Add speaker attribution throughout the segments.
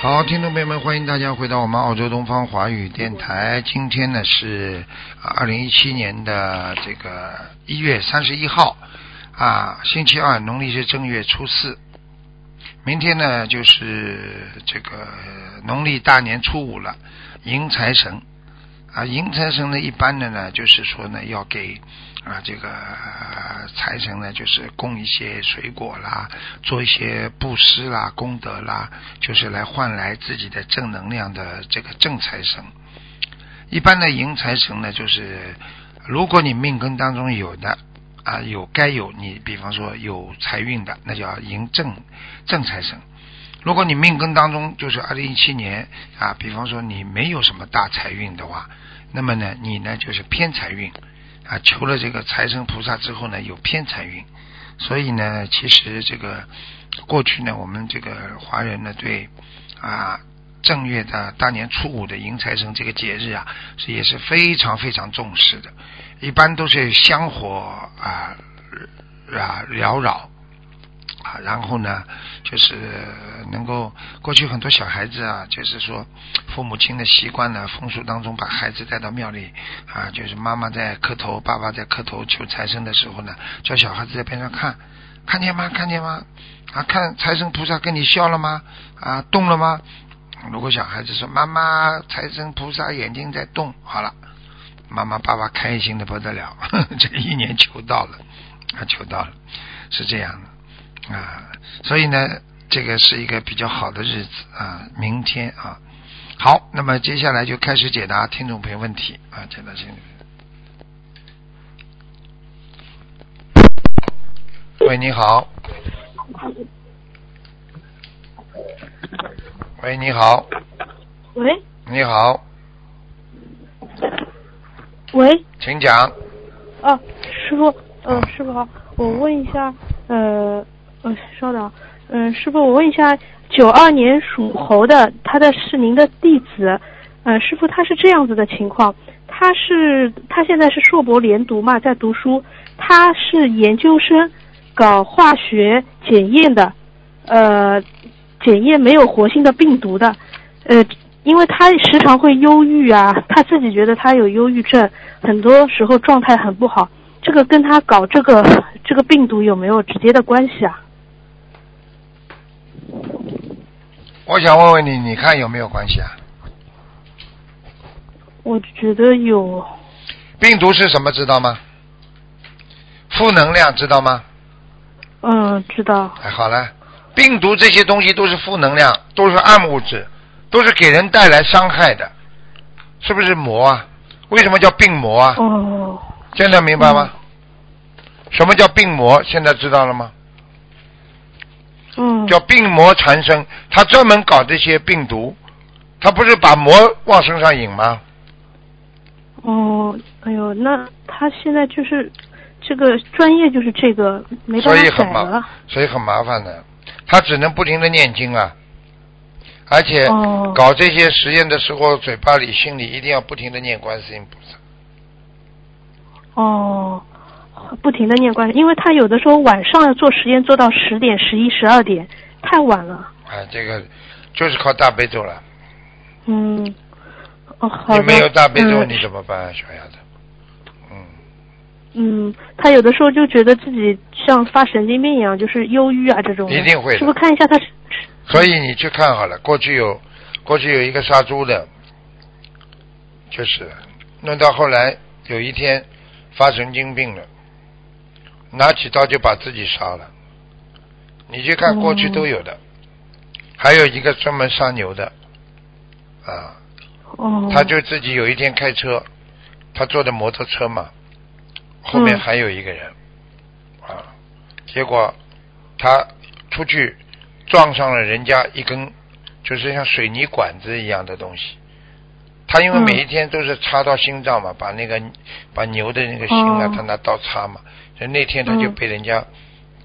Speaker 1: 好，听众朋友们，欢迎大家回到我们澳洲东方华语电台。今天呢是啊二零一七年的这个一月三十一号啊，星期二，农历是正月初四。明天呢就是这个农历大年初五了，迎财神啊，迎财神呢一般的呢就是说呢要给啊这个呃财神呢就是供一些水果啦，做一些布施啦、功德啦，就是来换来自己的正能量的这个正财神。一般的迎财神呢，就是如果你命根当中有的啊，有该有你，比方说有财运的，那叫迎正正财神。如果你命根当中就是二零一七年啊，比方说你没有什么大财运的话，那么呢，你呢就是偏财运啊，求了这个财神菩萨之后呢，有偏财运。所以呢，其实这个过去呢，我们这个华人呢，对啊正月的大年初五的迎财神这个节日啊，是也是非常非常重视的。一般都是香火啊啊缭绕啊，然后呢，就是能够过去很多小孩子啊，就是说父母亲的习惯呢，风俗当中把孩子带到庙里啊，就是妈妈在磕头，爸爸在磕头求财神的时候呢，叫小孩子在边上看，看见吗？看见吗？啊，看财神菩萨跟你笑了吗？啊，动了吗？如果小孩子说妈妈，财神菩萨眼睛在动，好了，妈妈爸爸开心的不得了， 这一年求到了，啊，求到了，是这样的啊，所以呢，这个是一个比较好的日子啊，明天啊，好，那么接下来就开始解答听众朋友问题啊，解答听众朋友。喂，你好。喂，你好，
Speaker 2: 喂
Speaker 1: 你好，
Speaker 2: 喂，
Speaker 1: 请讲。
Speaker 2: 哦、师傅，呃，师傅好，我问一下，呃，呃，稍等啊，嗯、师傅，我问一下，九二年属猴的，他的是您的弟子，呃，师傅他是这样子的情况，他是他现在是硕博连读嘛，在读书，他是研究生，搞化学检验的，呃，检验没有活性的病毒的，呃，因为他时常会忧郁啊，他自己觉得他有忧郁症，很多时候状态很不好。这个跟他搞这个这个病毒有没有直接的关系啊？
Speaker 1: 我想问问你，你看有没有关系啊？
Speaker 2: 我觉得有，
Speaker 1: 病毒是什么知道吗？负能量知道吗？
Speaker 2: 嗯，知道，
Speaker 1: 哎，好了，病毒这些东西都是负能量，都是暗物质，都是给人带来伤害的，是不是魔啊？为什么叫病魔啊？
Speaker 2: 哦，
Speaker 1: 现在明白吗？什么叫病魔？现在知道了吗？
Speaker 2: 嗯，
Speaker 1: 叫病魔缠身，他专门搞这些病毒，他不是把魔往身上引吗？
Speaker 2: 哦，哎呦，那他现在就是这个专业就是这个，没办
Speaker 1: 所以
Speaker 2: 法
Speaker 1: 很
Speaker 2: 改
Speaker 1: 麻
Speaker 2: 了。，
Speaker 1: 所以很麻烦的。他只能不停的念经啊，而且
Speaker 2: 哦
Speaker 1: 搞这些实验的时候，嘴巴里、心里一定要不停的念观世音菩萨。
Speaker 2: 哦，不停的念关系，因为他有的时候晚上要做实验，做到十点、十一、十二点，太晚了。
Speaker 1: 啊，这个就是靠大悲咒了。
Speaker 2: 嗯，哦，好
Speaker 1: 你
Speaker 2: 的。
Speaker 1: 没有大悲咒，
Speaker 2: 嗯
Speaker 1: 你怎么办、啊，小丫头？嗯，
Speaker 2: 嗯，他有的时候就觉得自己像发神经病一样，就是忧郁啊这种的。
Speaker 1: 一定会的
Speaker 2: 是不是看一下他是？
Speaker 1: 所以你去看好了，过去有，过去有一个杀猪的，就是弄到后来有一天发神经病了，拿起刀就把自己杀了。你去看过去都有的，还有一个专门杀牛的，啊，
Speaker 2: 哦。
Speaker 1: 他就自己有一天开车，他坐的摩托车嘛，后面
Speaker 2: 嗯
Speaker 1: 还有一个人，啊，结果他出去撞上了人家一根，就是像水泥管子一样的东西。他因为
Speaker 2: 嗯
Speaker 1: 每一天都是插到心脏嘛，把那个把牛的那个心啊，
Speaker 2: 哦
Speaker 1: 他拿刀插嘛，所以那天他就
Speaker 2: 嗯
Speaker 1: 被人家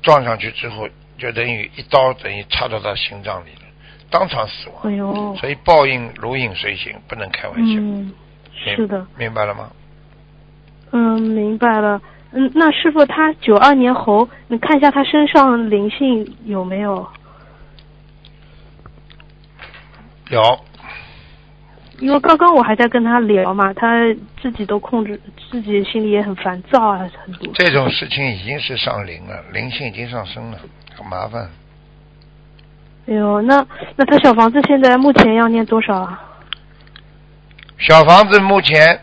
Speaker 1: 撞上去之后，就等于一刀等于插到他心脏里了，当场死亡。
Speaker 2: 哎呦。
Speaker 1: 所以报应如影随形，不能开玩笑。
Speaker 2: 嗯，
Speaker 1: 明
Speaker 2: 是的，，
Speaker 1: 明白了吗？
Speaker 2: 嗯，明白了。嗯，那师傅他九二年猴，你看一下他身上灵性有没有？
Speaker 1: 有，
Speaker 2: 因为刚刚我还在跟他聊嘛，他自己都控制，自己心里也很烦躁啊，很多。
Speaker 1: 这种事情已经是上灵了，灵性已经上升了，很麻烦。
Speaker 2: 哎呦，那那他小房子现在目前要念多少啊？
Speaker 1: 小房子目前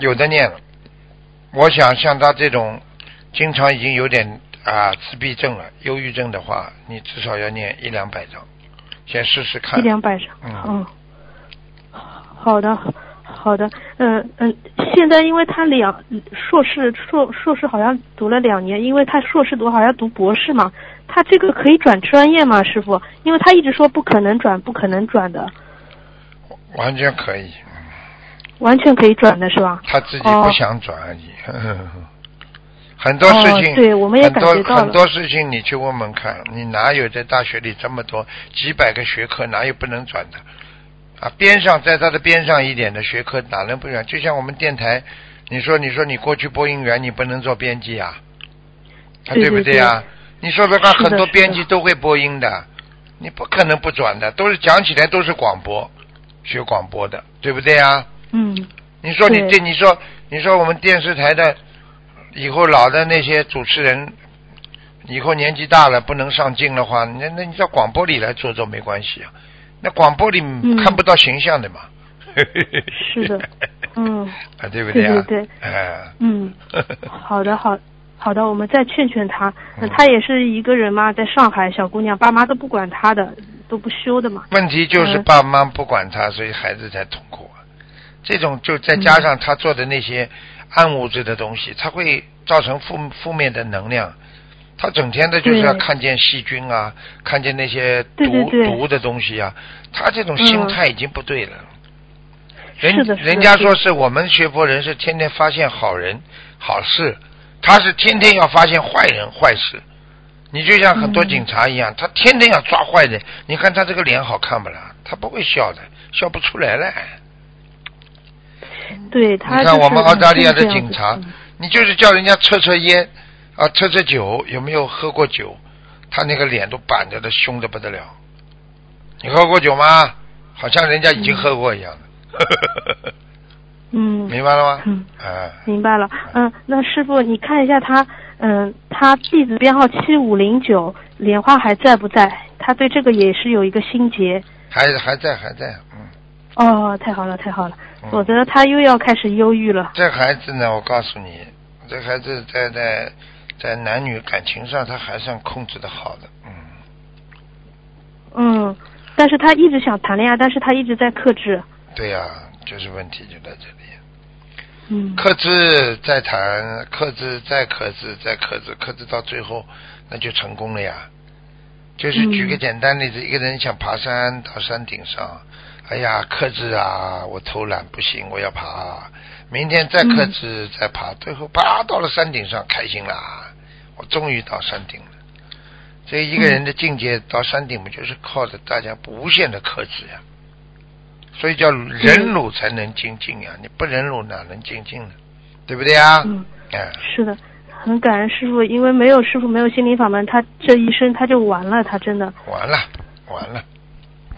Speaker 1: 有的念了，我想像他这种经常已经有点啊、自闭症了、忧郁症的话，你至少要念一两百张，先试试看
Speaker 2: 一。两百张。
Speaker 1: 嗯
Speaker 2: 嗯。好的，好的。嗯嗯，现在因为他两硕士硕硕士好像读了两年，因为他硕士读好像读博士嘛，他这个可以转专业吗，师傅？因为他一直说不可能转，不可能转的，
Speaker 1: 完全可以，
Speaker 2: 完全可以转的是吧？
Speaker 1: 他自己
Speaker 2: 哦
Speaker 1: 不想转而已。 很多事情，
Speaker 2: 哦对我们也
Speaker 1: 很多
Speaker 2: 感觉到了
Speaker 1: 很多事情，你去问问看，你哪有在大学里这么多几百个学科，哪有不能转的？啊，边上在它的边上一点的学科哪能不转？就像我们电台，你说你说你过去播音员，你不能做编辑啊，啊
Speaker 2: 对
Speaker 1: 不
Speaker 2: 对
Speaker 1: 呀、你说说看，
Speaker 2: 是的
Speaker 1: 很多
Speaker 2: 是的
Speaker 1: 编辑都会播音的，你不可能不转的，都是讲起来都是广播，学广播的，对不对啊呀、
Speaker 2: 嗯，
Speaker 1: 你说你
Speaker 2: 对
Speaker 1: 这，你说你说我们电视台的以后老的那些主持人，以后年纪大了不能上镜的话，那那你到广播里来做做没关系啊。那广播里看不到形象的嘛。
Speaker 2: 嗯是的， 嗯，
Speaker 1: 啊，对不对啊？
Speaker 2: 对对对
Speaker 1: 哎
Speaker 2: 嗯。好的，好好的，我们再劝劝她。那
Speaker 1: 嗯
Speaker 2: 她也是一个人嘛，在上海，小姑娘，爸妈都不管她的，都不休的嘛。
Speaker 1: 问题就是
Speaker 2: 嗯
Speaker 1: 爸妈不管他，所以孩子才痛苦啊。这种就再加上他做的那些暗物质的东西，他会造成负负面的能量。他整天的就是要
Speaker 2: 对
Speaker 1: 看见细菌啊，看见那些毒
Speaker 2: 对对对
Speaker 1: 毒的东西啊，他这种心
Speaker 2: 嗯
Speaker 1: 态已经不对了。
Speaker 2: 是
Speaker 1: 人
Speaker 2: 嗯的是的
Speaker 1: 人家说
Speaker 2: 对
Speaker 1: 是我们学佛人是天天发现好人好事，他是天天要发现坏人坏事。你就像很多
Speaker 2: 嗯
Speaker 1: 警察一样，他天天要抓坏人。你看他这个脸好看不啦？他不会笑的，笑不出来了。
Speaker 2: 对她、
Speaker 1: 你
Speaker 2: 就是。
Speaker 1: 看我们澳大利亚的
Speaker 2: 嗯
Speaker 1: 警察
Speaker 2: 就是这样子
Speaker 1: 你就是叫人家测测烟啊，测测酒，有没有喝过酒？他那个脸都板着的，凶的不得了。你喝过酒吗？好像人家已经喝过一样的，
Speaker 2: 嗯嗯
Speaker 1: 明白了吗？
Speaker 2: 嗯，
Speaker 1: 啊，
Speaker 2: 明白了。嗯，那师傅你看一下她，嗯，她弟子编号七五零九，莲花还在不在？她对这个也是有一个心结。
Speaker 1: 还还在还在，嗯。
Speaker 2: 哦，太好了，太好了，
Speaker 1: 嗯
Speaker 2: 否则她又要开始忧郁了。
Speaker 1: 这孩子呢，我告诉你，这孩子在在在男女感情上，他还算控制的好的，嗯，
Speaker 2: 嗯，但是她一直想谈恋爱，但是她一直在克制。
Speaker 1: 对呀、就是问题就在这里，
Speaker 2: 嗯，
Speaker 1: 克制再谈，克制再克制再克制，克制到最后那就成功了呀。就是举个
Speaker 2: 嗯
Speaker 1: 简单例子，一个人想爬山到山顶上，哎呀，克制啊，我偷懒不行，我要爬，啊明天再克
Speaker 2: 嗯
Speaker 1: 制、再爬，最后啪到了山顶上，开心啦，我终于到山顶了。所以一个人的境界到山顶，不就是靠着大家无限的克制呀、所以叫
Speaker 2: 嗯
Speaker 1: 忍辱才能精进呀、你不忍辱哪能精进呢？对不对呀？
Speaker 2: 嗯，
Speaker 1: 哎，
Speaker 2: 是的，很感恩师傅，因为没有师傅，没有心灵法门，他这一生他就完了，他真的。
Speaker 1: 完了，完了，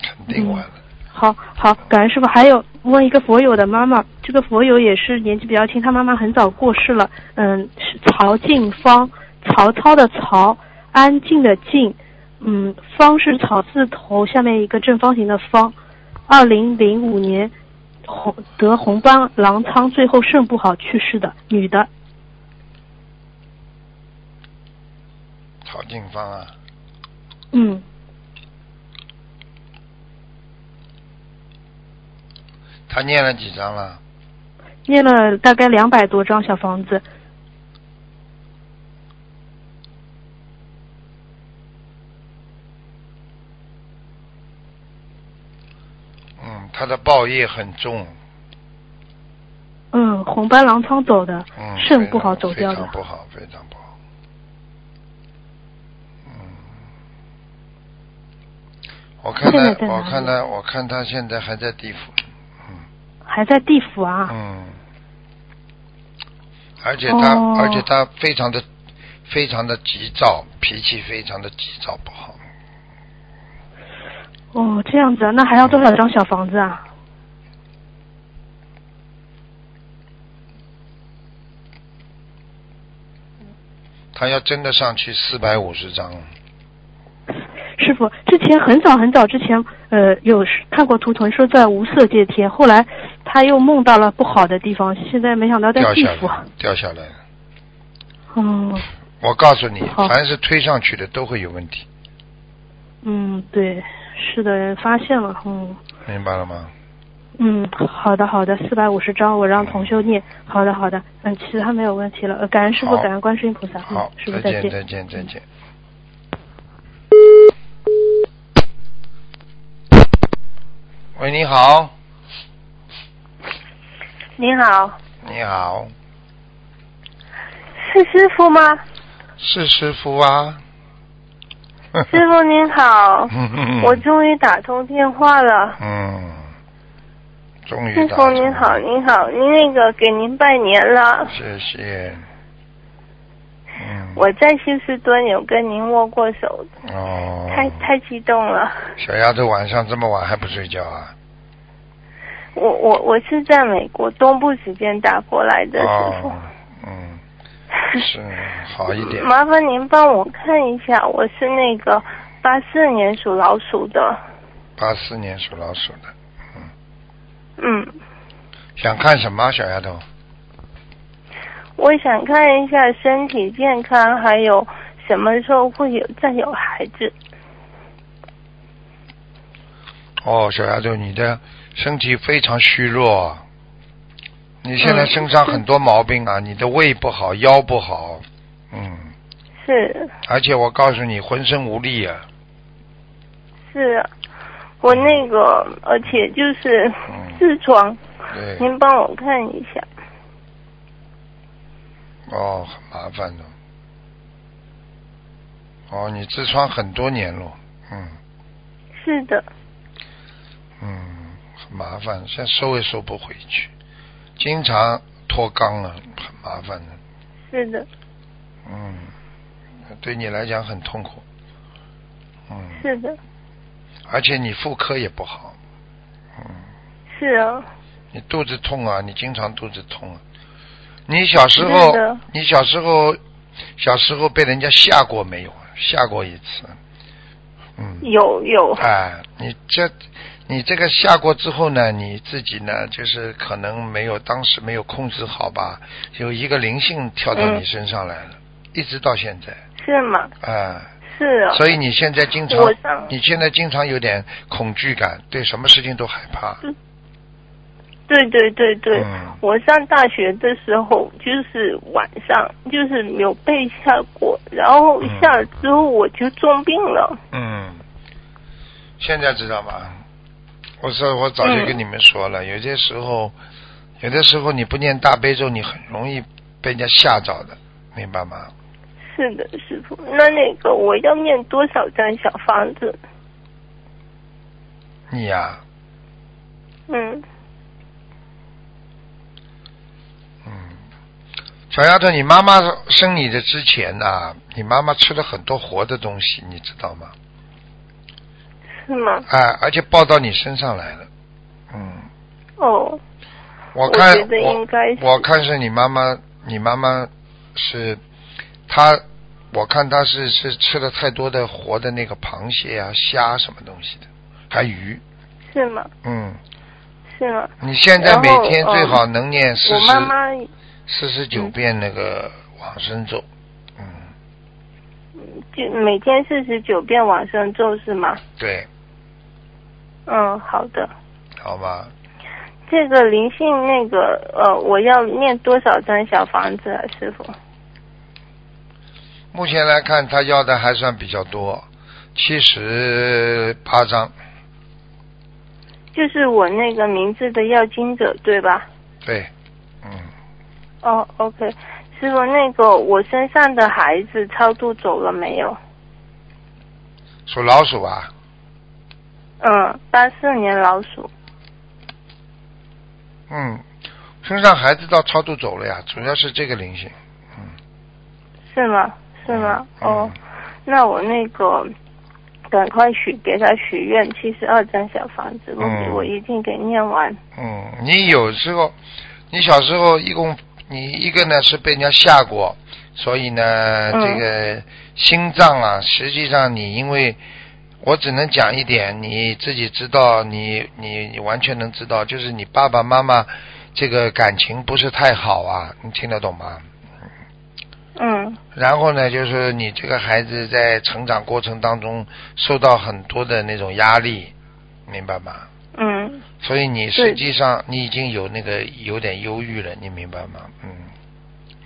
Speaker 1: 肯定完了。
Speaker 2: 好好，感恩师傅。还有问一个佛友的妈妈，这个佛友也是年纪比较轻，他妈妈很早过世了。嗯，是曹静芳，曹操的曹，安静的静，嗯，芳是草字头下面一个正方形的方。二零零五年红得红斑狼疮，最后肾不好去世的女的。
Speaker 1: 曹静芳啊，
Speaker 2: 嗯，
Speaker 1: 他念了几章了？
Speaker 2: 念了大概两百多张小房子。
Speaker 1: 嗯，他的报业很重，
Speaker 2: 嗯，红斑狼疮走的，
Speaker 1: 嗯，
Speaker 2: 肾不好走
Speaker 1: 非常
Speaker 2: 掉的
Speaker 1: 非常不好，非常不好。嗯，我看
Speaker 2: 现在在
Speaker 1: 他，
Speaker 2: 哪
Speaker 1: 我
Speaker 2: 里
Speaker 1: 看他，我看他现在还在地府，
Speaker 2: 还在地府啊。
Speaker 1: 嗯，而且他，
Speaker 2: 哦
Speaker 1: 而且他非常的，非常的急躁，脾气非常的急躁，不好。
Speaker 2: 哦，这样子啊，那还要多少张小房子啊？
Speaker 1: 他要真的上去四百五十张，
Speaker 2: 师傅，之前很早很早之前，呃，有看过图腾，说在无色界天，后来他又梦到了不好的地方，现在没想到在
Speaker 1: 掉
Speaker 2: 地
Speaker 1: 下
Speaker 2: 府。啊
Speaker 1: 来，掉下来了。
Speaker 2: 哦，
Speaker 1: 我告诉你，
Speaker 2: 好
Speaker 1: 凡是推上去的都会有问题，
Speaker 2: 嗯，对，是的，发现了，嗯
Speaker 1: 明白了吗？
Speaker 2: 嗯，好的好的，四百五十张，我让同修念。好的好的，嗯，其他没有问题了。呃感恩师傅，
Speaker 1: 好
Speaker 2: 感恩观世音菩萨。嗯
Speaker 1: 好，，
Speaker 2: 师傅
Speaker 1: 再
Speaker 2: 再
Speaker 1: 见，再见，再见。喂，你好，
Speaker 3: 你好，
Speaker 1: 你好，
Speaker 3: 是师傅吗？
Speaker 1: 是师傅 啊。
Speaker 3: 师傅您 好，
Speaker 1: 嗯
Speaker 3: 哦我终于打通电话了。
Speaker 1: 嗯，终于
Speaker 3: 师
Speaker 1: 打
Speaker 3: 傅
Speaker 1: 通
Speaker 3: 您好，
Speaker 1: 了
Speaker 3: 您好，您那个给您拜年了。
Speaker 1: 谢谢。嗯，
Speaker 3: 我在休斯敦有跟您握过手，
Speaker 1: 哦，
Speaker 3: 太太激动了。
Speaker 1: 小丫头晚上这么晚还不睡觉啊？
Speaker 3: 我我我是在美国东部时间打过来的，师傅
Speaker 1: 哦。，嗯，是好一点。
Speaker 3: 麻烦您帮我看一下，我是那个八四年属老鼠的。
Speaker 1: 八四年属老鼠的，嗯，
Speaker 3: 嗯，
Speaker 1: 想看什么，啊小丫头？
Speaker 3: 我想看一下身体健康，还有什么时候会有再有孩子。
Speaker 1: 哦，小丫头，你的身体非常虚弱，你现在
Speaker 3: 嗯
Speaker 1: 身上很多毛病啊，你的胃不好，腰不好，嗯，
Speaker 3: 是
Speaker 1: 而且我告诉你，浑身无力啊，
Speaker 3: 是，啊我那个，而且就是
Speaker 1: 嗯
Speaker 3: 痔疮，
Speaker 1: 对，
Speaker 3: 您帮我看一下。
Speaker 1: 哦，很麻烦的。哦，你痔疮很多年了，嗯
Speaker 3: 是的，
Speaker 1: 嗯，很麻烦，现在收也收不回去，经常脱肛啊，很麻烦的。
Speaker 3: 是的，
Speaker 1: 嗯，对你来讲很痛苦。嗯，
Speaker 3: 是的，
Speaker 1: 而且你妇科也不好。嗯，
Speaker 3: 是啊，
Speaker 1: 你肚子痛啊，你经常肚子痛啊。你小时
Speaker 3: 是的
Speaker 1: 候，你小时候，小时候被人家吓过没有啊？吓过一次。嗯。
Speaker 3: 有有，
Speaker 1: 哎，你这，你这个吓过之后呢，你自己呢，就是可能没有当时没有控制好吧，有一个灵性跳到你
Speaker 3: 嗯
Speaker 1: 身上来了，一直到现在，
Speaker 3: 是吗？
Speaker 1: 哎、
Speaker 3: 是啊，
Speaker 1: 所以你现在经常
Speaker 3: 我上，
Speaker 1: 你现在经常有点恐惧感，对什么事情都害怕。
Speaker 3: 对对对对，
Speaker 1: 嗯
Speaker 3: 我上大学的时候就是晚上就是有被吓过，然后
Speaker 1: 嗯
Speaker 3: 吓了之后我就重病了。
Speaker 1: 嗯，现在知道吗？我说我早就
Speaker 3: 嗯
Speaker 1: 跟你们说了，有些时候，有的时候你不念大悲咒，你很容易被人家吓着的，明白吗？
Speaker 3: 是的，师傅，那那个我要念多少张小房子？
Speaker 1: 你呀、
Speaker 3: 嗯，
Speaker 1: 嗯，小丫头，你妈妈生你的之前呐、你妈妈吃了很多活的东西，你知道吗？
Speaker 3: 是吗？
Speaker 1: 哎，而且抱到你身上来了。嗯，
Speaker 3: 哦，
Speaker 1: 我
Speaker 3: 我
Speaker 1: 看
Speaker 3: 觉得应该是
Speaker 1: 我看是你妈妈，你妈妈是她，我看她是是吃了太多的活的那个螃蟹啊、虾什么东西的，还鱼。
Speaker 3: 是吗？
Speaker 1: 嗯，
Speaker 3: 是吗？
Speaker 1: 你现在
Speaker 3: 然后
Speaker 1: 每天最
Speaker 3: 嗯
Speaker 1: 好能念四
Speaker 3: 我
Speaker 1: 十
Speaker 3: 妈妈
Speaker 1: 四十九
Speaker 3: 嗯
Speaker 1: 遍那个往生咒。嗯，
Speaker 3: 就每天四十九遍往生咒是吗？
Speaker 1: 对，
Speaker 3: 嗯，好的。
Speaker 1: 好吧，
Speaker 3: 这个灵性那个呃，我要念多少张小房子啊，师傅？
Speaker 1: 目前来看，他要的还算比较多，七十八张，
Speaker 3: 就是我那个名字的要经者对吧？
Speaker 1: 对，嗯。
Speaker 3: 哦，OK，师傅，那个我身上的孩子超度走了没有？
Speaker 1: 属老鼠啊，
Speaker 3: 嗯，八四年老鼠。
Speaker 1: 嗯，身上孩子到超度走了呀，主要是这个灵性，嗯，
Speaker 3: 是吗？是吗？
Speaker 1: 嗯
Speaker 3: 哦哦，那我那个赶快许给他许愿，七十二张小房子，我
Speaker 1: 嗯
Speaker 3: 我一定给念完。
Speaker 1: 嗯，你有时候，你小时候一共，你一个呢是被人家吓过，所以呢，
Speaker 3: 嗯
Speaker 1: 这个心脏啊，实际上你因为，我只能讲一点，你自己知道，你你你完全能知道，就是你爸爸妈妈这个感情不是太好啊，你听得懂吗？
Speaker 3: 嗯
Speaker 1: 然后呢，就是你这个孩子在成长过程当中受到很多的那种压力，明白吗？
Speaker 3: 嗯
Speaker 1: 所以你
Speaker 3: 对
Speaker 1: 实际上你已经有那个有点忧郁了，你明白吗？嗯，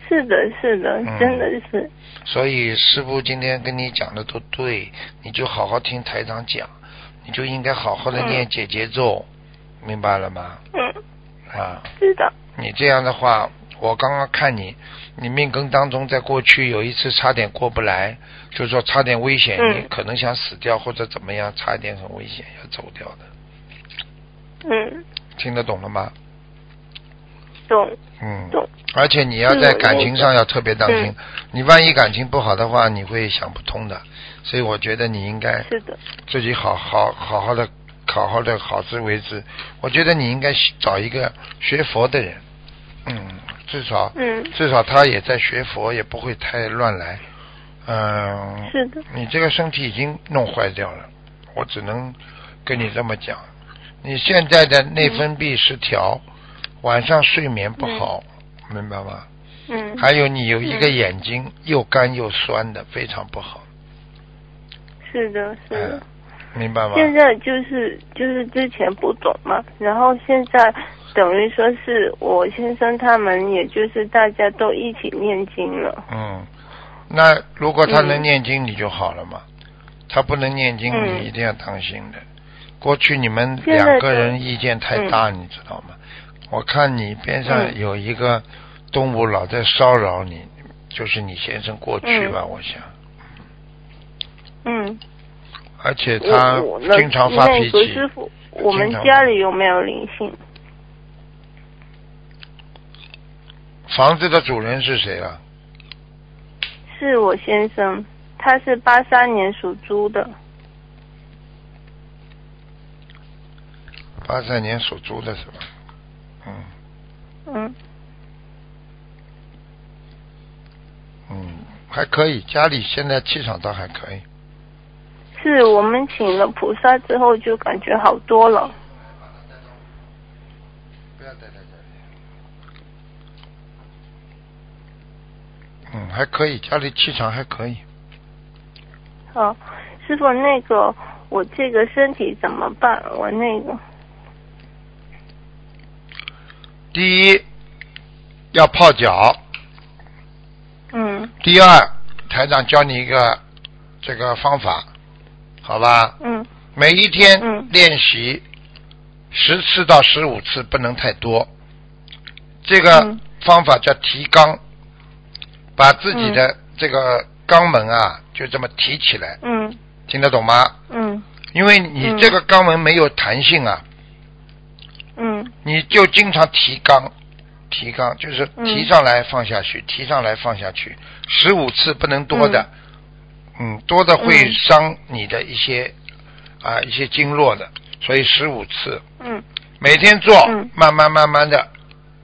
Speaker 3: 是的，是的，
Speaker 1: 嗯
Speaker 3: 真的是，
Speaker 1: 所以师傅今天跟你讲的都对，你就好好听台长讲，你就应该好好的
Speaker 3: 嗯
Speaker 1: 念姐姐咒，明白了吗？
Speaker 3: 嗯，
Speaker 1: 啊，
Speaker 3: 知道，
Speaker 1: 你这样的话，我刚刚看你，你命根当中在过去有一次差点过不来，就是说差点危险，
Speaker 3: 嗯
Speaker 1: 你可能想死掉或者怎么样，差一点很危险要走掉的，
Speaker 3: 嗯，
Speaker 1: 听得懂了吗？
Speaker 3: 懂，
Speaker 1: 嗯
Speaker 3: 懂，
Speaker 1: 而且你要在感情上要特别当心
Speaker 3: 嗯，
Speaker 1: 你万一感情不好的话，你会想不通的。所以我觉得你应该
Speaker 3: 是的，
Speaker 1: 自己好好好好的，好好的好自为之。我觉得你应该找一个学佛的人，嗯，至少
Speaker 3: 嗯，
Speaker 1: 至少他也在学佛，也不会太乱来。嗯，
Speaker 3: 是的，
Speaker 1: 你这个身体已经弄坏掉了，我只能跟你这么讲。你现在的内分泌失调，晚上睡眠不好，明白吗？
Speaker 3: 嗯，
Speaker 1: 还有你有一个
Speaker 3: 嗯
Speaker 1: 眼睛又干又酸的，非常不好，
Speaker 3: 是的，是的。
Speaker 1: 嗯，明白吗？
Speaker 3: 现在就是就是之前不懂嘛，然后现在等于说是我先生他们，也就是大家都一起念经了。
Speaker 1: 嗯，那如果他能
Speaker 3: 嗯
Speaker 1: 念经，你就好了嘛。他不能念经，
Speaker 3: 嗯
Speaker 1: 你一定要当心的。过去你们
Speaker 3: 现在
Speaker 1: 两个
Speaker 3: 就
Speaker 1: 人意见太大，你知道吗？我看你边上
Speaker 3: 嗯
Speaker 1: 有一个动物老在骚扰你，就是你先生过去吧，我想。
Speaker 3: 嗯，
Speaker 1: 而且他
Speaker 3: 我我那
Speaker 1: 经常发脾
Speaker 3: 那个
Speaker 1: 气，
Speaker 3: 师傅，我们
Speaker 1: 经常
Speaker 3: 家里有没有灵性？
Speaker 1: 房子的主人是谁啊了？
Speaker 3: 是我先生，他是八三年属猪的。
Speaker 1: 八三年属猪的是吧？嗯
Speaker 3: 嗯
Speaker 1: 嗯，还可以，家里现在气场倒还可以。
Speaker 3: 是我们请了菩萨之后，就感觉好多了。
Speaker 1: 不要待在这里。嗯，还可以，家里气场还可以。
Speaker 3: 好，啊师傅，那个我这个身体怎么办？我那个，
Speaker 1: 第一，要泡脚；
Speaker 3: 嗯
Speaker 1: 第二，台长教你一个这个方法，好吧？
Speaker 3: 嗯
Speaker 1: 每一天
Speaker 3: 嗯
Speaker 1: 练习十次到十五次，不能太多。这个
Speaker 3: 嗯
Speaker 1: 方法叫提肛，把自己的这个肛门啊，就这么提起来，
Speaker 3: 嗯
Speaker 1: 听得懂吗？
Speaker 3: 嗯
Speaker 1: 因为你这个肛门没有弹性啊，
Speaker 3: 嗯
Speaker 1: 你就经常提肛，提肛就是
Speaker 3: 嗯
Speaker 1: 提上来放下去，提上来放下去，十五次不能多的，嗯多的会
Speaker 3: 嗯
Speaker 1: 伤你的一些啊、一些经络的，所以十五次
Speaker 3: 嗯
Speaker 1: 每天做，
Speaker 3: 嗯
Speaker 1: 慢慢慢慢的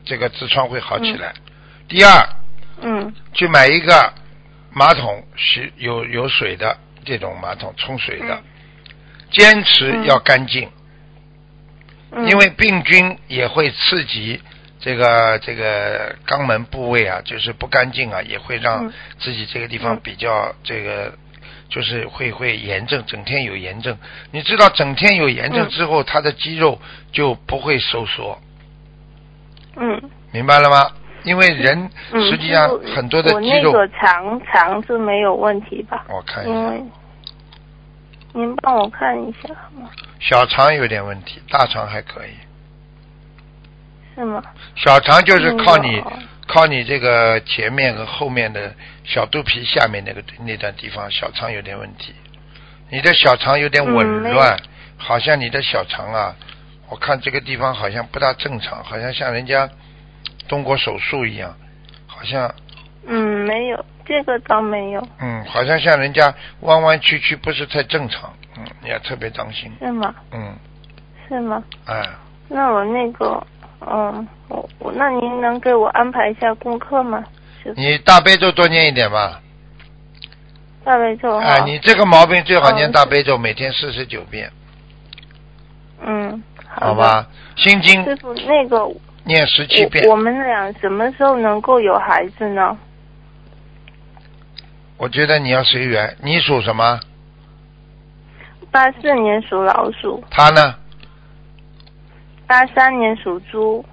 Speaker 1: 这个痔疮会好起来。第二，
Speaker 3: 嗯
Speaker 1: 去买一个马桶是有有水的这种马桶冲水的，
Speaker 3: 嗯
Speaker 1: 坚持要干净。
Speaker 3: 嗯，
Speaker 1: 因为病菌也会刺激这个这个肛门部位啊，就是不干净啊，也会让
Speaker 3: 嗯
Speaker 1: 自己这个地方
Speaker 3: 嗯
Speaker 1: 比较这个。就是会会炎症，整天有炎症。你知道，整天有炎症
Speaker 3: 嗯
Speaker 1: 之后，他的肌肉就不会收缩，
Speaker 3: 嗯，
Speaker 1: 明白了吗？因为人
Speaker 3: 嗯
Speaker 1: 实际上
Speaker 3: 就是
Speaker 1: 很多的
Speaker 3: 我
Speaker 1: 肌
Speaker 3: 那
Speaker 1: 肉，哦
Speaker 3: 个嗯肠肠是没有问题吧？
Speaker 1: 我看一
Speaker 3: 因
Speaker 1: 下，
Speaker 3: 为您帮我看一下好吗？
Speaker 1: 小肠有点问题，大肠还可以。
Speaker 3: 是吗？
Speaker 1: 小肠就是靠你
Speaker 3: 嗯
Speaker 1: 靠你这个前面和后面的小肚皮下面那个那段地方，小肠有点问题。你的小肠有点紊乱，好像你的小肠啊，我看这个地方好像不大正常，好像像人家动过手术一样，好像
Speaker 3: 嗯，没有，这个倒没有。
Speaker 1: 嗯，好像像人家弯弯曲曲，不是太正常。嗯嗯，你要特别当心。
Speaker 3: 是吗？
Speaker 1: 嗯，
Speaker 3: 是吗？
Speaker 1: 哎，
Speaker 3: 那我那个，嗯，我我那您能给我安排一下功课吗？是
Speaker 1: 你大悲咒多念一点吧。
Speaker 3: 大悲咒哈。
Speaker 1: 哎，你这个毛病最好念
Speaker 3: 嗯
Speaker 1: 大悲咒，每天四十九遍，
Speaker 3: 嗯，好
Speaker 1: 好
Speaker 3: 的。
Speaker 1: 吧？心经
Speaker 3: 师傅，那个我
Speaker 1: 念十七遍。
Speaker 3: 我们俩什么时候能够有孩子呢？
Speaker 1: 我觉得你要随缘。你属什么？
Speaker 3: 八四年属老鼠，
Speaker 1: 他呢？
Speaker 3: 八三年属猪。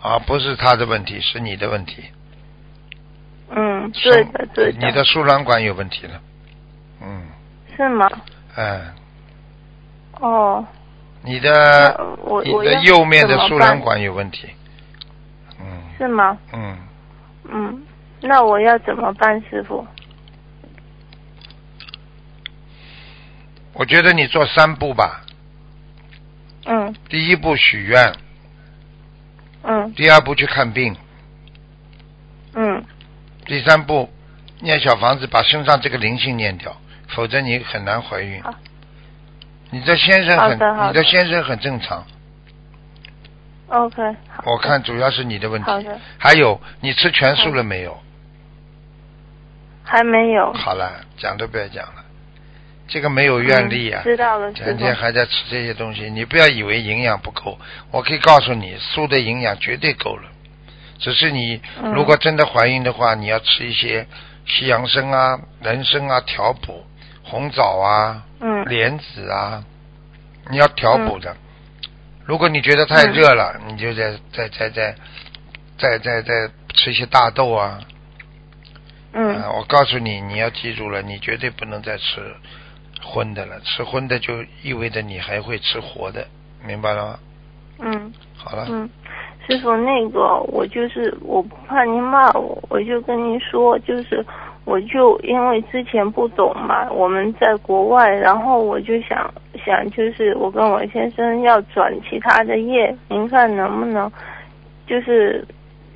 Speaker 1: 啊，不是他的问题，是你的问题。
Speaker 3: 嗯，对
Speaker 1: 是
Speaker 3: 的，对
Speaker 1: 你的输卵管有问题了。嗯，
Speaker 3: 是吗？
Speaker 1: 哎，
Speaker 3: 哦，
Speaker 1: 你的
Speaker 3: 那我
Speaker 1: 你
Speaker 3: 我
Speaker 1: 的
Speaker 3: 要
Speaker 1: 右面的
Speaker 3: 怎么
Speaker 1: 输卵
Speaker 3: 办
Speaker 1: 管有问题。嗯
Speaker 3: 是吗？
Speaker 1: 嗯，
Speaker 3: 嗯，那我要怎么办，师傅？
Speaker 1: 我觉得你做三步吧。
Speaker 3: 嗯
Speaker 1: 第一步许愿，
Speaker 3: 嗯
Speaker 1: 第二步去看病，
Speaker 3: 嗯，
Speaker 1: 第三步念小房子，把身上这个灵性念掉，否则你很难怀孕
Speaker 3: 好。
Speaker 1: 你的先生
Speaker 3: 好
Speaker 1: 很，
Speaker 3: 的好
Speaker 1: 你的
Speaker 3: 的
Speaker 1: 先生很正常，
Speaker 3: OK，好的。
Speaker 1: 我看主要是你的问题
Speaker 3: 好的。
Speaker 1: 还有，你吃全素了没有？
Speaker 3: 还没有。
Speaker 1: 好了，讲都不要讲了，这个没有愿力啊
Speaker 3: 嗯。知道了，师
Speaker 1: 天
Speaker 3: 傅。
Speaker 1: 天还在吃这些东西，你不要以为营养不够，我可以告诉你，素的营养绝对够了。只是你
Speaker 3: 嗯
Speaker 1: 如果真的怀孕的话，你要吃一些西洋参啊、人参啊调补，红枣啊、
Speaker 3: 嗯
Speaker 1: 莲子啊，你要调补的。
Speaker 3: 嗯
Speaker 1: 如果你觉得太热了，你就再再再再再再再吃一些大豆啊。
Speaker 3: 嗯
Speaker 1: 啊我告诉你，你要记住了，你绝对不能再吃荤的了，吃荤的就意味着你还会吃活的，明白了吗？
Speaker 3: 嗯
Speaker 1: 好了，
Speaker 3: 嗯，师傅，那个我就是我不怕您骂我，我就跟您说，就是我就因为之前不懂嘛，我们在国外，然后我就想想，就是我跟我先生要转其他的业，您看能不能？就是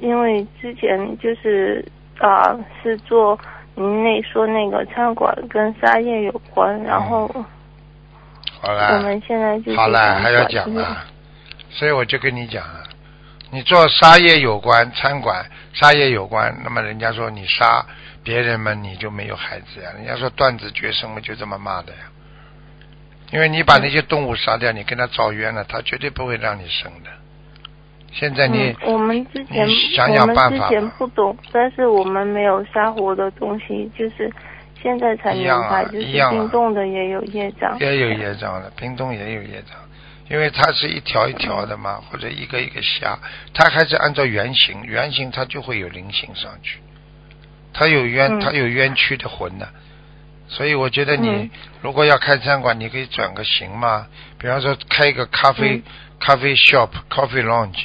Speaker 3: 因为之前就是啊、是做您那说那个餐馆跟沙业有关，然后。
Speaker 1: 嗯好
Speaker 3: 我
Speaker 1: 了，
Speaker 3: 们现在就是
Speaker 1: 好了，还要讲啊，所以我就跟你讲啊，你做沙业有关餐馆，沙业有关，那么人家说你杀别人嘛，你就没有孩子呀，人家说断子绝孙嘛，就这么骂的呀，因为你把那些动物杀掉，你跟他造冤了，他绝对不会让你生的。现在你、
Speaker 3: 嗯、我们之前
Speaker 1: 你想想办法吧
Speaker 3: 我们之前不懂，但是我们没有杀活的东西，就是现在才明白，
Speaker 1: 一样啊
Speaker 3: 就是
Speaker 1: 一样啊
Speaker 3: 冰冻的也有业障。
Speaker 1: 也有业障的，屏东也有业障，因为它是一条一条的嘛，或者一个一个虾，它还是按照圆形，圆形它就会有菱形上去，它有冤，
Speaker 3: 嗯
Speaker 1: 它有冤屈的魂的，所以我觉得你
Speaker 3: 嗯
Speaker 1: 如果要开餐馆，你可以转个型嘛，比方说开一个咖啡、
Speaker 3: 嗯
Speaker 1: 咖啡 shop、coffee lounge，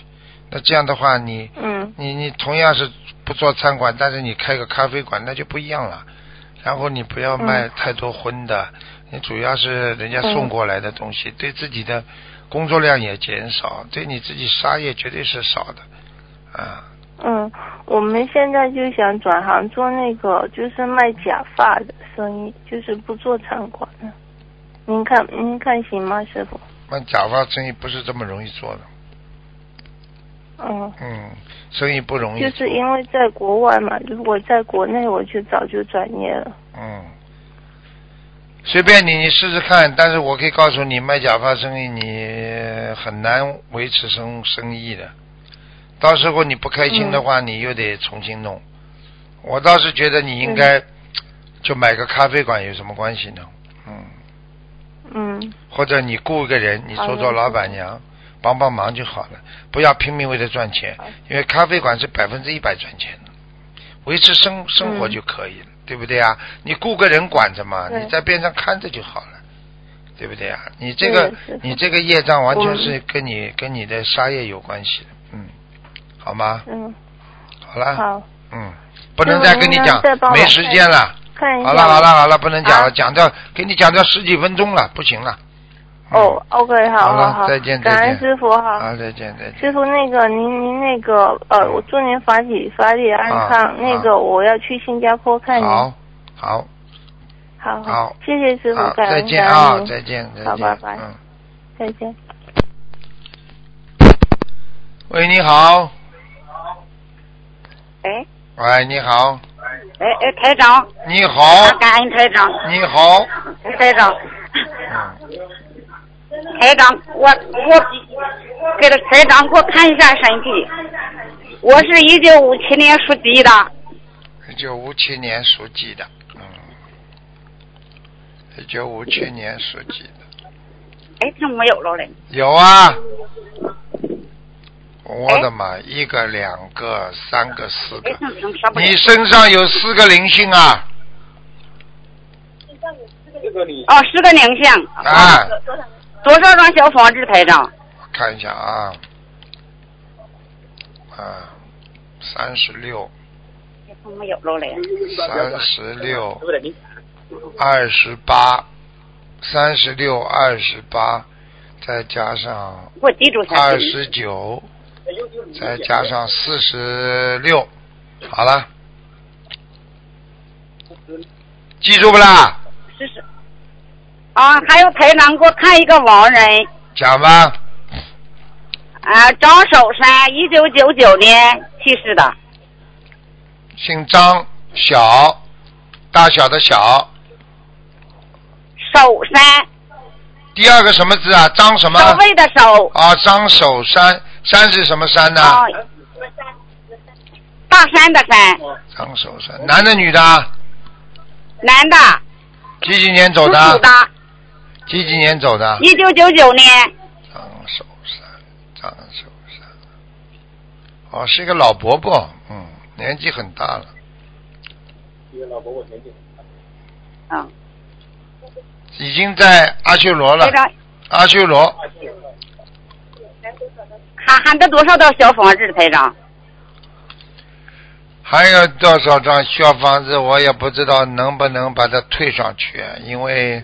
Speaker 1: 那这样的话你
Speaker 3: 嗯
Speaker 1: 你你同样是不做餐馆，但是你开个咖啡馆，那就不一样了。然后你不要卖
Speaker 3: 嗯
Speaker 1: 太多荤的，你主要是人家送过来的东西，对自己的工作量也减少，对你自己杀业绝对是少的，啊，
Speaker 3: 嗯，我们现在就想转行做那个，就是卖假发的生意，就是不做餐馆了。您看，您看行吗，师傅？
Speaker 1: 那假发生意不是这么容易做的，
Speaker 3: 嗯，
Speaker 1: 嗯，生意不容易
Speaker 3: 就
Speaker 1: 做，
Speaker 3: 是因为在国外嘛，如果在国内，我就早就转业了。
Speaker 1: 嗯，随便你，你试试看。但是我可以告诉你，卖假发生意你很难维持生生意的。到时候你不开心的话，你又得重新弄。我倒是觉得你应该就买个咖啡馆有什么关系呢？嗯，
Speaker 3: 嗯
Speaker 1: 或者你雇一个
Speaker 3: 哦
Speaker 1: 人，你做做
Speaker 3: 好的
Speaker 1: 老板娘，帮帮忙就好了，不要拼命为了赚钱
Speaker 3: 好，
Speaker 1: 因为咖啡馆是百分之一百赚钱的，维持生生活
Speaker 3: 嗯
Speaker 1: 就可以了，对不对啊？你雇个人管着嘛，
Speaker 3: 对
Speaker 1: 你在边上看着就好了，对不对啊？你这个
Speaker 3: 是的是的嗯
Speaker 1: 你这个业障完全是
Speaker 3: 我
Speaker 1: 跟你跟你的杀业有关系的，嗯，好吗？
Speaker 3: 嗯，
Speaker 1: 好啦，
Speaker 3: 好，
Speaker 1: 嗯，不能再跟你
Speaker 3: 那么
Speaker 1: 讲
Speaker 3: 您再帮，我
Speaker 1: 没时间了。
Speaker 3: 看一下。
Speaker 1: 好了好了。好了，不能讲了，
Speaker 3: 哎啊
Speaker 1: 讲到给你讲到十几分钟了，不行了。嗯
Speaker 3: 哦，OK，好
Speaker 1: 好了
Speaker 3: 好，
Speaker 1: 再见
Speaker 3: 感
Speaker 1: 再见
Speaker 3: 恩师傅哈。
Speaker 1: 啊，再见再见。
Speaker 3: 师傅，那个您您那个呃，我祝您法体法体安康。
Speaker 1: 啊
Speaker 3: 那个我要去新加坡看您。
Speaker 1: 好，好，
Speaker 3: 好，
Speaker 1: 好
Speaker 3: 谢谢师傅
Speaker 1: 好，，
Speaker 3: 感
Speaker 1: 再
Speaker 3: 恩
Speaker 1: 见
Speaker 3: 感
Speaker 1: 啊，
Speaker 3: 恩您，
Speaker 1: 再见再见。
Speaker 3: 好拜拜
Speaker 1: 嗯，
Speaker 3: 再见。
Speaker 1: 喂，你好，
Speaker 4: 哎
Speaker 1: 喂，你好，
Speaker 4: 哎哎，台长，啊
Speaker 1: 你好，
Speaker 4: 感恩台长，
Speaker 1: 哦
Speaker 4: 哎
Speaker 1: 你好，
Speaker 4: 台长，
Speaker 1: 嗯，
Speaker 4: 台长，我我给了台长给我看一下身体，我是一九五七年属鸡的，
Speaker 1: 一九五七年属鸡的，嗯，一九五七年属鸡的，
Speaker 4: 哎，怎么没有了嘞？
Speaker 1: 有啊，
Speaker 3: 哎
Speaker 1: 我的妈，一个、两个、三个、四个
Speaker 4: 哎，，怎么怎么啥不
Speaker 1: 你
Speaker 4: 了？
Speaker 1: 身上有四个灵性啊，
Speaker 4: 哦，是个灵性，
Speaker 1: 啊，
Speaker 4: 多少张小房子，台长？
Speaker 1: 看一下啊，啊，三十六，
Speaker 4: 哎，怎么没有了嘞？
Speaker 1: 三十六，二十八，三十六二十八，再加上
Speaker 4: 给我记住下
Speaker 1: 二
Speaker 4: 去。
Speaker 1: 十九，再加上四十六，好了，记住不啦？
Speaker 4: 是是。啊，还有台长给我看一个亡人，
Speaker 1: 讲吧，
Speaker 4: 啊，张守山，一九九九年去世的，
Speaker 1: 姓张，小，大小的小，
Speaker 4: 守山，
Speaker 1: 第二个什么字啊？张什么？
Speaker 4: 守卫的守。
Speaker 1: 啊，张守山，山是什么山呢、
Speaker 4: 哦，大山的山，
Speaker 1: 张守山，男的女的啊？
Speaker 4: 男的，
Speaker 1: 几几年走
Speaker 4: 属
Speaker 1: 的
Speaker 4: 虎
Speaker 1: 啊？
Speaker 4: 的，
Speaker 1: 几几年走的啊？
Speaker 4: 一九九九年。
Speaker 1: 张守山，张守山，哦，是一个老伯伯，嗯，年纪很大了，
Speaker 4: 嗯，
Speaker 1: 已经在阿修罗了
Speaker 4: 这，张
Speaker 1: 阿修罗
Speaker 4: 还还得多少套小房子，台长？
Speaker 1: 还有多少张小房子，我也不知道能不能把它退上去，因为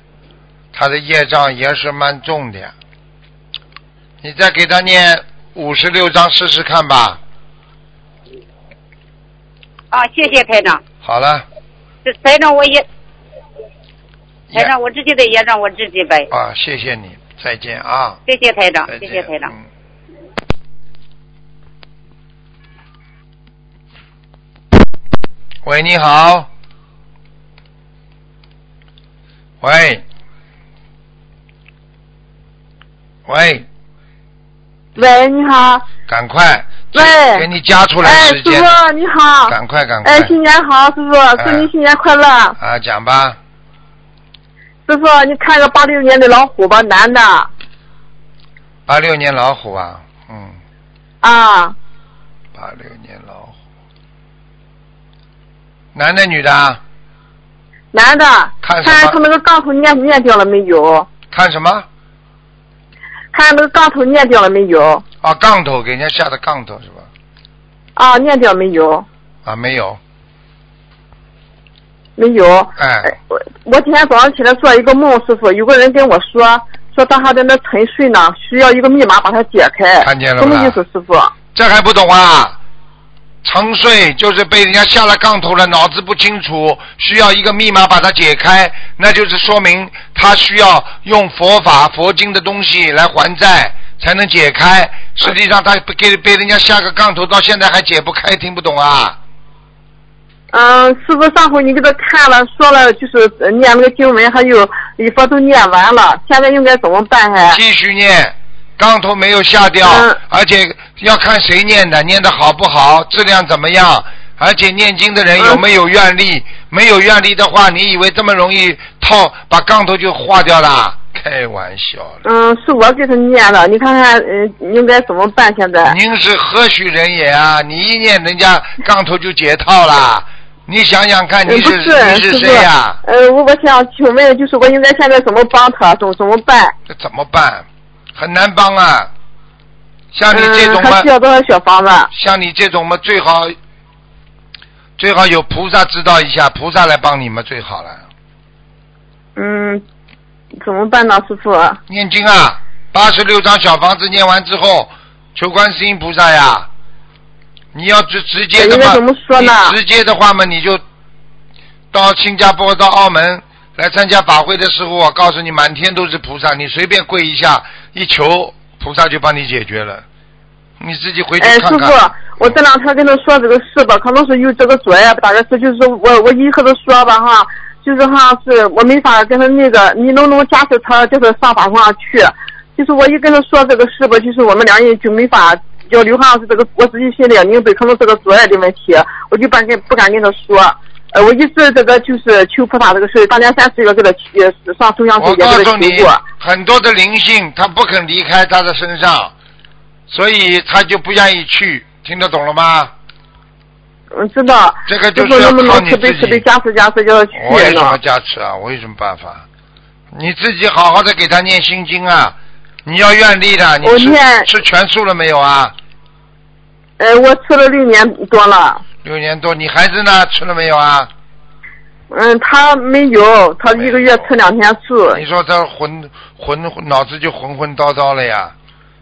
Speaker 1: 他的业障也是蛮重的。你再给他念五十六章试试看吧。
Speaker 4: 啊，谢谢台长。
Speaker 1: 好了，
Speaker 4: 这台长我也，
Speaker 1: 也
Speaker 4: 台长我自己的也让我自己背。
Speaker 1: 啊，谢谢你，再见啊，
Speaker 4: 谢谢台长
Speaker 1: 再，
Speaker 4: 谢
Speaker 1: 见，
Speaker 4: 谢台长。
Speaker 1: 嗯。喂，你好。喂。喂，
Speaker 5: 喂，你好，
Speaker 1: 赶快。
Speaker 5: 喂
Speaker 1: 给你加出来
Speaker 5: 哎，
Speaker 1: 时
Speaker 5: 师
Speaker 1: 间。
Speaker 5: 傅你好，
Speaker 1: 赶快，赶快。
Speaker 5: 哎，新年好，师傅，祝
Speaker 1: 哎
Speaker 5: 您新年快乐，
Speaker 1: 啊，讲吧，
Speaker 5: 师傅，你看个八六年的老虎吧，男的，
Speaker 1: 八六年老虎啊，嗯，
Speaker 5: 啊，
Speaker 1: 八六年老虎，男的女的啊？
Speaker 5: 男的，
Speaker 1: 看
Speaker 5: 看
Speaker 1: 什么
Speaker 5: 他那个杠头念念掉了没有？
Speaker 1: 看什么？
Speaker 5: 看那个杠头念掉了没有？
Speaker 1: 啊，杠头给人家下的杠头是吧？
Speaker 5: 啊，念掉没有？
Speaker 1: 啊，没有，
Speaker 5: 没有。
Speaker 1: 哎，
Speaker 5: 我我今天早上起来做一个梦，师傅，有个人跟我说，说他还在那沉睡呢，需要一个密码把它解开。
Speaker 1: 看见了
Speaker 5: 什
Speaker 1: 吧
Speaker 5: 么意思，师傅？
Speaker 1: 这还不懂啊？沉睡就是被人家下了杠头了，脑子不清楚，需要一个密码把它解开，那就是说明他需要用佛法、佛经的东西来还债，才能解开。实际上他给被人家下个杠头，到现在还解不开，听不懂啊？
Speaker 5: 嗯，师傅，上回你给他看了，说了就是呃念那个经文，还有礼佛都念完了，现在应该怎么办啊还？
Speaker 1: 继续念，杠头没有下掉，
Speaker 5: 嗯
Speaker 1: 而且要看谁念的，念的好不好，质量怎么样，而且念经的人
Speaker 5: 嗯
Speaker 1: 有没有愿力？没有愿力的话，你以为这么容易套把杠头就化掉啦？开玩笑了，
Speaker 5: 嗯，是我给他念的，你看看，嗯，应该怎么办现在？
Speaker 1: 您是何许人也啊？你一念人家杠头就解套啦？你想想看，
Speaker 5: 嗯，
Speaker 1: 你
Speaker 5: 不
Speaker 1: 是
Speaker 5: 是，
Speaker 1: 你是
Speaker 5: 师傅
Speaker 1: 谁呀、，
Speaker 5: 呃，我我想请问，就是我应该现在怎么帮他，怎么怎么办？
Speaker 1: 这怎么办？很难帮啊！像你这
Speaker 5: 嗯，
Speaker 1: 种
Speaker 5: 他
Speaker 1: 嘛，
Speaker 5: 需要多少小房子？
Speaker 1: 像你这种嘛，最好最好有菩萨指导一下，菩萨来帮你们最好了。
Speaker 5: 嗯，怎么办呢，师傅？
Speaker 1: 念经啊，八十六张小房子念完之后，求观世音菩萨呀。你要直直接的
Speaker 5: 哎应
Speaker 1: 话，
Speaker 5: 该怎么说呢
Speaker 1: 你直接的话嘛，你就到新加坡、到澳门来参加法会的时候，我告诉你，满天都是菩萨，你随便跪一下一求，菩萨就帮你解决了。你自己回去
Speaker 5: 哎，师
Speaker 1: 看啊
Speaker 5: 傅
Speaker 1: 看。，
Speaker 5: 我这两天跟他说这个事吧，可能是有这个主要大概是就是说我我一和他说吧哈，就是哈是我没法跟他那个，你能不能加持他，叫他上法会上去？就是我一跟他说这个事吧，就是我们两人就没法交流哈，是这个我自己心里也明白，可能是个主要的问题，我就不敢跟不敢跟他说。呃，我一直这个就是求菩萨这个事，大年三十个给他去上中央去
Speaker 1: 我
Speaker 5: 也
Speaker 1: 告诉
Speaker 5: 给他求
Speaker 1: 你
Speaker 5: 过。，
Speaker 1: 很多的灵性他不肯离开他的身上，所以他就不愿意去，听得懂了吗？
Speaker 5: 嗯，知道。
Speaker 1: 这个就
Speaker 5: 师
Speaker 1: 是
Speaker 5: 傅
Speaker 1: 要
Speaker 5: 能不
Speaker 1: 靠
Speaker 5: 能
Speaker 1: 你
Speaker 5: 慈悲
Speaker 1: 自己
Speaker 5: 慈悲加持加持叫他去
Speaker 1: 我有什
Speaker 5: 呢
Speaker 1: 么？加持啊？我有什么办法？你自己好好的给他念心经啊！你要愿力的，你
Speaker 5: 我
Speaker 1: 吃
Speaker 5: 念
Speaker 1: 吃全素了没有啊？
Speaker 5: 呃，我吃了六年多了，
Speaker 1: 六年多，你孩子呢？吃了没有啊？
Speaker 5: 嗯，他没有，他一个月吃两天素。
Speaker 1: 你说他混混脑子就混混叨叨了呀，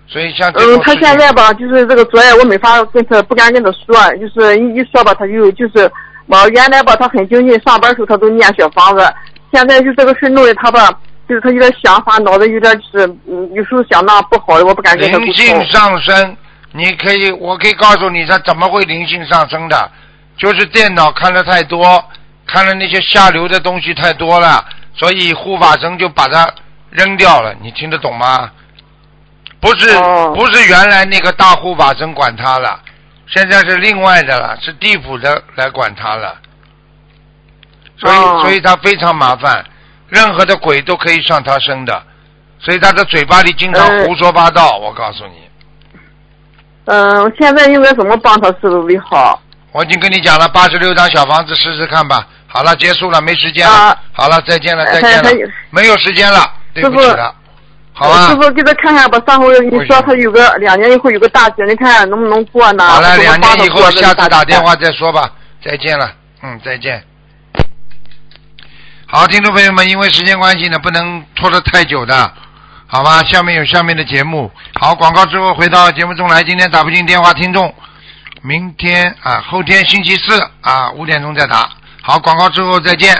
Speaker 1: 所以像这种
Speaker 5: 嗯，他
Speaker 1: 事情
Speaker 5: 现在吧，就是这个作业我没法跟他，不敢跟他说，就是一一说吧，他就就是，嘛，原来吧，他很精进，上班时候他都念小房子，现在就这个事弄得他吧，就是他有点想法，脑子有点就是，嗯，有时候想那不好的，我不敢跟他沟
Speaker 1: 灵性
Speaker 5: 通。
Speaker 1: 上升，你可以，我可以告诉你，他怎么会灵性上升的，就是电脑看的太多，看了那些下流的东西太多了，所以护法神就把它扔掉了。你听得懂吗？不是、
Speaker 5: 哦
Speaker 1: 不是原来那个大护法神管他了，现在是另外的了，是地府的来管他了，所以、
Speaker 5: 哦
Speaker 1: 所以他非常麻烦，任何的鬼都可以上他身的，所以他的嘴巴里经常
Speaker 5: 呃
Speaker 1: 胡说八道。我告诉你，
Speaker 5: 嗯，现在应该怎么帮他是为好？
Speaker 1: 我已经跟你讲了，八十六张小房子试试看吧。好了，结束了，没时间了。
Speaker 5: 啊
Speaker 1: 好了，再见了，再
Speaker 5: 还
Speaker 1: 见了
Speaker 5: 还有，
Speaker 1: 没有时间了，对不起
Speaker 5: 师傅
Speaker 1: 了，好吧。
Speaker 5: 呃师傅给他看看吧，上回你
Speaker 1: 为什
Speaker 5: 说
Speaker 1: 么
Speaker 5: 他有个两年以后有个大劫，你看能不能过呢？
Speaker 1: 好了，
Speaker 5: 怎么
Speaker 1: 两
Speaker 5: 帮
Speaker 1: 年
Speaker 5: 他
Speaker 1: 以后
Speaker 5: 过这个
Speaker 1: 下次打
Speaker 5: 大劫
Speaker 1: 电话再说吧。再见了，嗯，再见。好，听众朋友们，因为时间关系呢，不能拖得太久的，好吧？下面有下面的节目。好，广告之后回到节目中来。今天打不进电话，听众，明天啊，后天星期四啊，五点钟再打。好，广告之后再见。